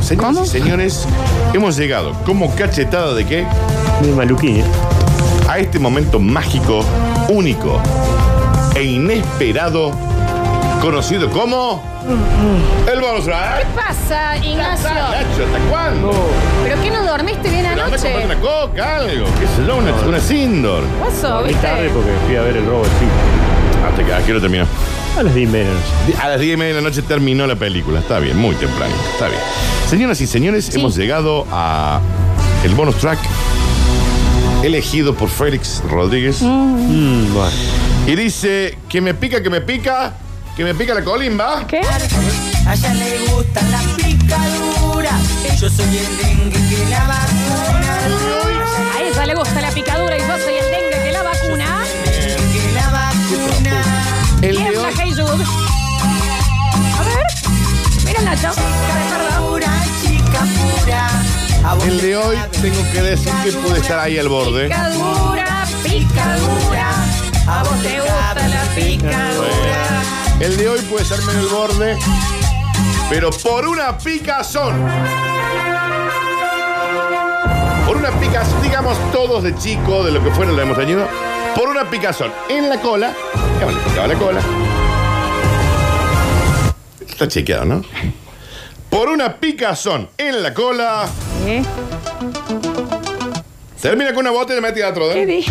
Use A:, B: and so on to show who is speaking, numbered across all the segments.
A: Señoras
B: ¿Cómo?
A: y señores, hemos llegado como cachetada de qué?
C: Mi maluquín, ¿eh?
A: A este momento mágico, único e inesperado, conocido como. El bonus track.
B: pasa, Ignacio?
A: Nacho, ¿hasta cuándo?
B: ¿Pero qué no dormiste bien
A: Pero andá a comprar
B: anoche?
A: una coca, algo, qué sé yo, una, una Sindor.
B: Guaso,
C: Muy tarde
B: ¿viste?
C: porque fui a ver el robo sí.
A: Hasta que, ¿a qué hora terminó?
C: A las 10 menos.
A: A las 10 y media de la noche terminó la película. Está bien, muy temprano. Está bien. Señoras y señores, hemos llegado a el bonus track elegido por Félix Rodríguez.
C: Mm, bueno.
A: Y dice, que me pica, que me pica, que me pica la colimba.
B: ¿Qué?
D: A ella le gusta la picadura. Yo soy el dengue que la vacuna.
B: A ella le gusta la picadura y yo soy el dengue que la vacuna.
D: Que la vacuna.
A: El
B: ¿Quién
A: de
B: es la
A: hoy,
B: Heywood? A ver. Mira, Nacho. Cara de pardo.
D: Pura chica pura. A vos
A: el
D: te
A: de hoy
D: cabe
A: tengo que decir que puede estar ahí al borde.
B: Picadura, picadura.
D: A vos te gusta la picadura.
A: El de hoy puede ser menos el borde, pero por una picazón. Por una picazón, digamos todos de chico, de lo que fuera lo hemos tenido. Por una picazón en la cola. Ya me le picaba la cola. Está chequeado, ¿no? Por una picazón en la cola.
B: ¿Eh?
A: Termina con una bota y le mete otro dedo.
B: ¿Qué di?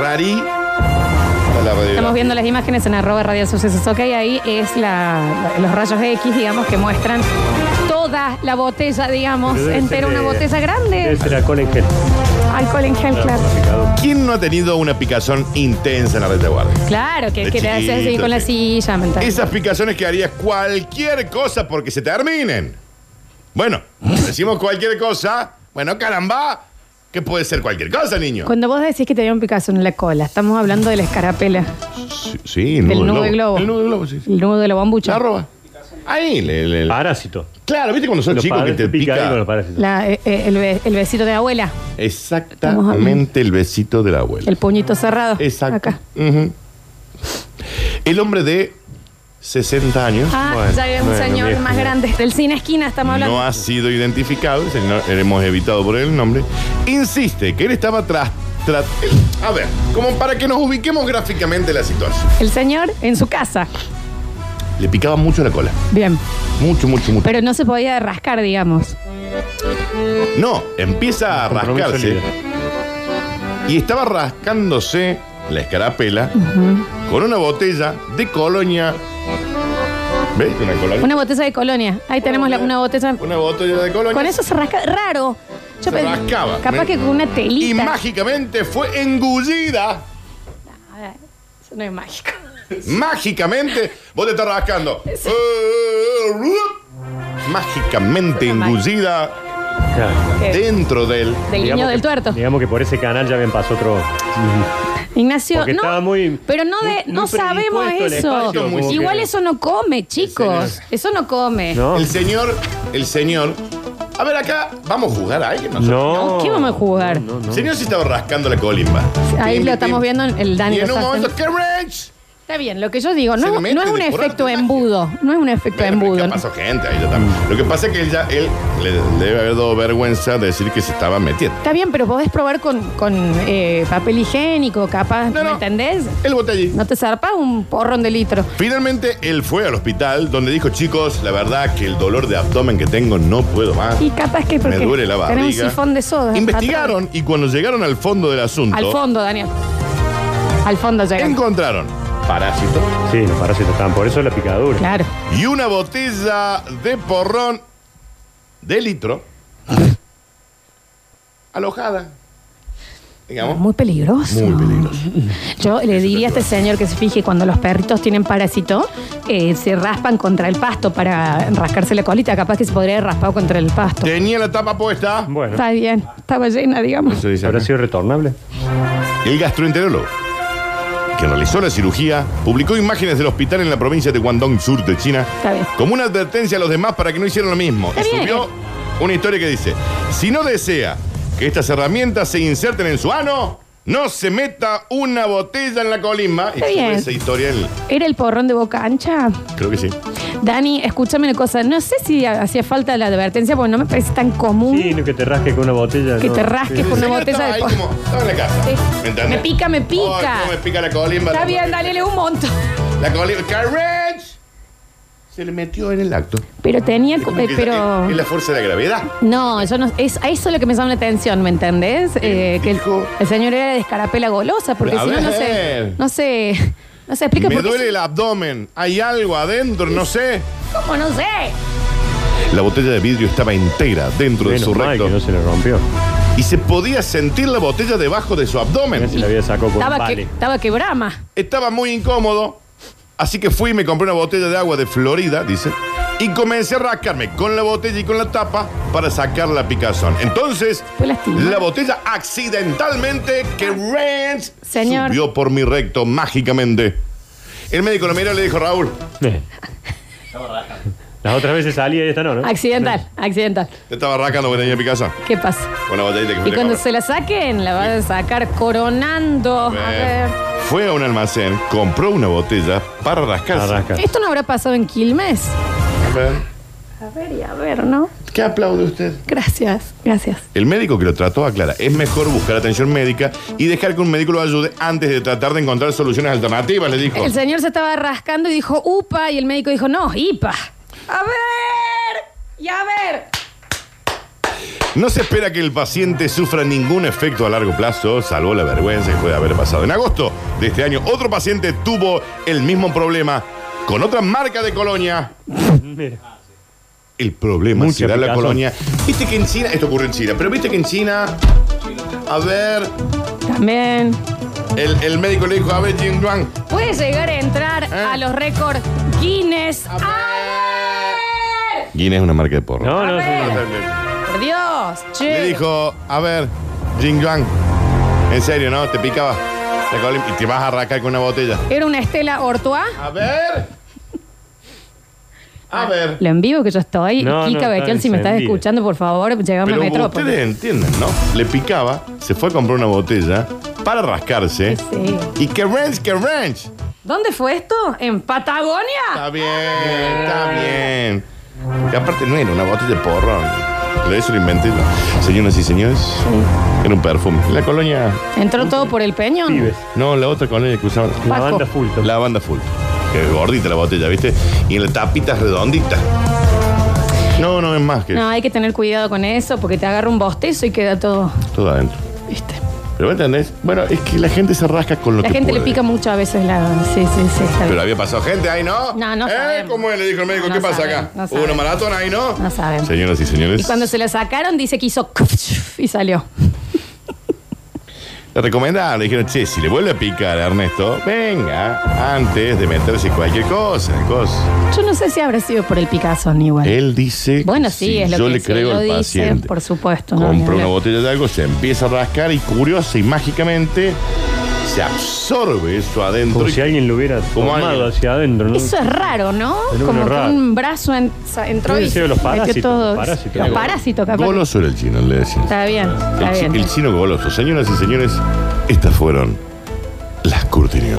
A: Rarí. Está la radio.
B: Estamos viendo las imágenes en arroba radio sucesos. Ok, ahí es la, los rayos X, digamos, que muestran toda la botella, digamos,
C: Pero debe
B: entera,
C: ser
B: una
C: de-
B: botella
C: Debe
B: grande.
C: ser alcohol en gel.
B: Alcohol en gel, claro.
C: Claro.
A: ¿Quién no ha tenido una picazón intensa en la retaguardia?
B: Claro, que,
A: De
B: que te haces así
A: chiquito,
B: con la
A: sí.
B: silla, ¿me entiendes?
A: Esas picazones que harías cualquier cosa porque se terminen. Bueno, decimos cualquier cosa. Bueno, caramba, que puede ser cualquier cosa, niño.
B: Cuando vos decís que te dio un picazón en la cola, estamos hablando de la escarapela,
A: Sí, sí, el
B: Del nudo
A: del
B: de globo.
A: El nudo de globo, sí. sí.
B: el nudo de la
A: La
B: bombucha.
A: arroba. Ahí, le, le- le-
C: Parásito.
A: claro, ¿viste cuando son
C: Ah. Los
A: chicos que te
C: parásitos pican ahí con
A: pica?
C: los parásitos.
B: La- eh, eh, el, ve- el besito de abuela,
A: Exactamente el besito de la abuela.
B: el puñito cerrado.
A: Exacto.
B: Acá.
A: Ujú. El hombre de 60 años.
B: Ah,
C: Bueno,
B: ya es un
C: bueno,
B: señor
C: viejo.
B: más grande. Del cine esquina estamos hablando.
A: no ha sido identificado, ese no- hemos evitado por el nombre, insiste que él estaba tras... tras- a ver, como para que nos ubiquemos gráficamente la situación.
B: El señor en su casa.
A: Le picaba mucho la cola.
B: Bien.
A: Mucho, mucho, mucho.
B: Pero no se podía rascar, digamos.
A: No, empieza a
C: Compromiso
A: rascarse.
C: libre.
A: Y estaba rascándose la escarapela con una botella de colonia. ¿Ves? Una colonia.
B: Una botella de colonia. Ahí tenemos la- una botella.
A: Una botella de colonia.
B: Con eso se rasca. Raro.
A: se
B: Yo pe-
A: rascaba.
B: Capaz que con una telita.
A: Y mágicamente fue engullida.
B: Ah, Eso no es mágico.
A: Mágicamente, vos te estás rascando. Eh, rup. Mágicamente engullida
C: Claro.
A: dentro del.
B: Del
C: Digamos
B: niño
C: que-
B: del tuerto.
C: Digamos que por ese canal ya me pasó otro.
B: Ignacio,
C: Porque
B: no.
C: estaba muy-
B: pero no, de,
C: muy- muy
B: no sabemos
C: predispuesto el
B: eso.
C: espacio,
A: como
B: Igual
C: que-
B: eso no come, chicos. Eso no come.
C: ¿No?
A: El señor, el señor. A ver, acá vamos a jugar a alguien nosotros.
C: No.
B: ¿Qué vamos a jugar?
C: No, no,
A: El
C: no.
A: señor sí estaba rascando la colimba.
B: Ahí lo estamos viendo en el Dani
A: Y en
B: lo
A: un
B: está
A: momento, ¡qué ranch!
B: Está bien, lo que yo digo,
A: Se
B: no,
A: le
B: es-
A: mete
B: no es
A: de
B: un
A: por arte
B: efecto
A: de magia.
B: embudo. No es un efecto embudo.
A: Ya pasó gente ahí ya también. Lo que pasa es que él ya, él le debe haber dado vergüenza de decir que se estaba metiendo.
B: Está bien, pero podés probar con, con eh, papel higiénico, capaz,
A: No,
B: ¿me
A: no.
B: entendés?
A: El botellín.
B: No te zarpa un porrón de litro.
A: Finalmente, él fue al hospital donde dijo, chicos, la verdad que el dolor de abdomen que tengo no puedo más.
B: Y capaz que
A: Me
B: porque
A: duele la barriga.
B: tenés un sifón de soda.
A: Investigaron y cuando llegaron al fondo del asunto,
B: Atrás. Al fondo, Daniel. Al fondo llegan.
A: encontraron parásitos
C: Sí, los parásitos estaban. Por eso la picadura.
B: Claro.
A: y una botella de porrón de litro alojada. Digamos.
B: Muy peligroso.
A: Muy peligroso.
B: Yo le diría a este señor que se fije cuando los perritos tienen parásito, eh, se raspan contra el pasto para rascarse la colita. Capaz que se podría haber raspado contra el pasto.
A: Tenía la tapa puesta.
C: Bueno,
B: Está bien. Estaba llena, digamos.
A: Eso dice
C: ¿habrá
A: acá.
C: sido retornable?
A: El gastroenterólogo, que realizó la cirugía, publicó imágenes del hospital en la provincia de Guangdong Sur de China
B: Está bien.
A: como una advertencia a los demás para que no hicieran lo mismo.
B: Está
A: y
B: bien.
A: subió una historia que dice, si no desea que estas herramientas se inserten en su ano, no se meta una botella en la colimba. Y
B: Está
A: sube
B: bien.
A: esa historia, el-
B: ¿Era el porrón de boca ancha?
A: creo que sí.
B: Dani, escúchame una cosa. No sé si ha- hacía falta la advertencia porque no me parece tan común
C: Sí, no que te rasques con una botella.
B: Uh. que
C: no.
B: te rasques
C: Sí.
B: con una
A: Señor,
B: botella
A: estaba
B: de
A: ahí
B: po-
A: como- Estaba en la casa.
B: Sí.
A: ¿Me entendés?
B: Me pica, me pica.
A: Ay, cómo me pica la colimba.
B: Está
A: la
B: bien,
A: colimba.
B: dale, le un montón.
A: La colimba. ¡Carriage! Se le metió en el acto.
B: Pero tenía. eh,
A: Es como que-
B: Pero.
A: Es, es la fuerza de la gravedad.
B: No, yo no. Es, a eso es lo que me llama la atención, ¿me entendés? Eh, que el,
A: dijo-
B: el señor era de escarapela golosa, porque
A: A
B: si no, no sé.
A: ver.
B: No sé. No se explica
A: Me
B: por qué.
A: duele el abdomen. Hay algo adentro, no sé.
B: ¿Cómo no sé?
A: La botella de vidrio estaba entera dentro de
C: Menos
A: su
C: mal
A: recto.
C: que no se le rompió.
A: Y se podía sentir la botella debajo de su
C: Mira si
A: abdomen.
C: la había sacado por
B: Estaba, que,
C: vale.
B: estaba que brama.
A: Estaba muy incómodo. Así que fui y me compré una botella de agua de Florida, dice. Y comencé a rascarme con la botella y con la tapa para sacar la picazón. Entonces,
B: Fue lastimado.
A: la botella accidentalmente que Rance
B: Señor.
A: subió por mi recto mágicamente. El médico lo miró y le dijo, Raúl,
C: Las otras veces salía y esta
A: ¿Eh?
C: no, ¿no?
B: Accidental, accidental.
A: te estaba rascando cuando venía picazón.
B: ¿Qué pasa?
A: Con la botellita que me
B: Y
A: te
B: cuando
A: compré".
B: se la saquen, la van a sacar coronando. A ver.
A: Fue a un almacén, compró una botella para rascarse.
C: Arrasca.
B: ¿Esto no habrá pasado en Quilmes?
A: A ver,
B: A ver y a ver, ¿no?
A: ¿Qué aplaude usted?
B: Gracias, gracias.
A: El médico que lo trató aclara, es mejor buscar atención médica y dejar que un médico lo ayude antes de tratar de encontrar soluciones alternativas, le dijo.
B: El señor se estaba rascando y dijo UPA y el médico dijo no, IPA. A ver, y a ver.
A: No se espera que el paciente sufra ningún efecto a largo plazo, salvo la vergüenza que puede haber pasado. En agosto de este año, otro paciente tuvo el mismo problema con otra marca de colonia.
C: Mira.
A: El problema
C: Mucha
A: será la
C: picazón.
A: colonia. Viste que en China, esto ocurre en China, pero viste que en China, a ver,
B: También.
A: El, el médico le dijo, a ver, Jin Duan.
B: Puede llegar a entrar a los récords Guinness.
A: Eh. A
B: A
A: Guinness es una marca de porro.
C: No, no,
B: ver.
C: sí.
B: ver. Por Dios, che.
A: Le dijo, a ver, Jin Duan, en serio, ¿no? Te picaba. la colim- Y te vas a arrancar con una botella.
B: Era una Estela Ortua.
A: A ver. A ver.
B: Lo en vivo que yo estoy.
C: No,
B: Kika
C: no, está
B: Betiol, si me estás
C: encendida.
B: escuchando, por favor, llegame a
A: Pero
B: Metrópolis.
A: ustedes entienden, ¿no? Le picaba, se fue a comprar una botella para rascarse.
B: Sí.
A: Y que ranch, que ranch.
B: ¿Dónde fue esto? ¿En Patagonia?
A: Está bien, está bien. Que aparte no era una botella de porro. Lo eso lo inventé yo. Señoras y señores, era un perfume. La colonia.
B: ¿Entró todo por el peñón?
C: Pibes.
A: No, la otra colonia que usaban.
C: La
B: Paco.
C: banda Fulton.
A: La banda full. Que es gordita la botella, ¿viste? Y en la tapita es redondita. No, no es más que
B: No, hay que tener cuidado con eso porque te agarra un bostezo y queda todo,
A: todo adentro.
B: ¿viste?
A: Pero ¿me entendés? Bueno, es que la gente se rasca con lo
B: La
A: que
B: gente le
A: puede.
B: pica mucho a veces la. Sí, sí, sí. está bien.
A: Pero había pasado gente ahí, ¿no?
B: No, no
A: ¿Eh?
B: sabemos.
A: ¿Cómo le dijo el médico?
B: No
A: ¿Qué pasa
B: sabemos,
A: acá?
B: no
A: Hubo una
B: sabemos.
A: maratón ahí, ¿no?
B: No saben.
A: Señoras y señores.
B: Y cuando se la sacaron, dice que hizo. Y salió.
A: Le recomendaron, le dijeron, che, si le vuelve a picar a Ernesto, venga, antes de meterse cualquier cosa, cosa.
B: Yo no sé si habrá sido por el Picasso ni igual.
A: Él dice,
B: Bueno, sí,
A: si
B: es lo
A: Eh, yo
B: que
A: le
B: sí,
A: creo
B: lo
A: al
B: dice,
A: paciente.
B: por supuesto, no, ni
A: Compra una
B: hablar.
A: botella de algo, se empieza a rascar y curiosa y mágicamente se absorbe eso adentro.
C: Como
A: y-
C: si alguien lo hubiera
A: Como
C: tomado
A: alguien.
C: hacia adentro, ¿no?
B: Eso es raro, ¿no?
C: Fenómeno
B: Como que
C: raro.
B: un brazo en- sa- entró
C: Debe
B: y
C: ser los
B: metió
C: parásitos,
B: todo.
C: los parásitos.
B: Los parásitos, capaz.
A: Goloso era el chino, le decía.
B: Está bien,
A: El,
B: está
A: chi-
B: bien.
A: el chino goloso. Señoras y señores, estas fueron las curtinias.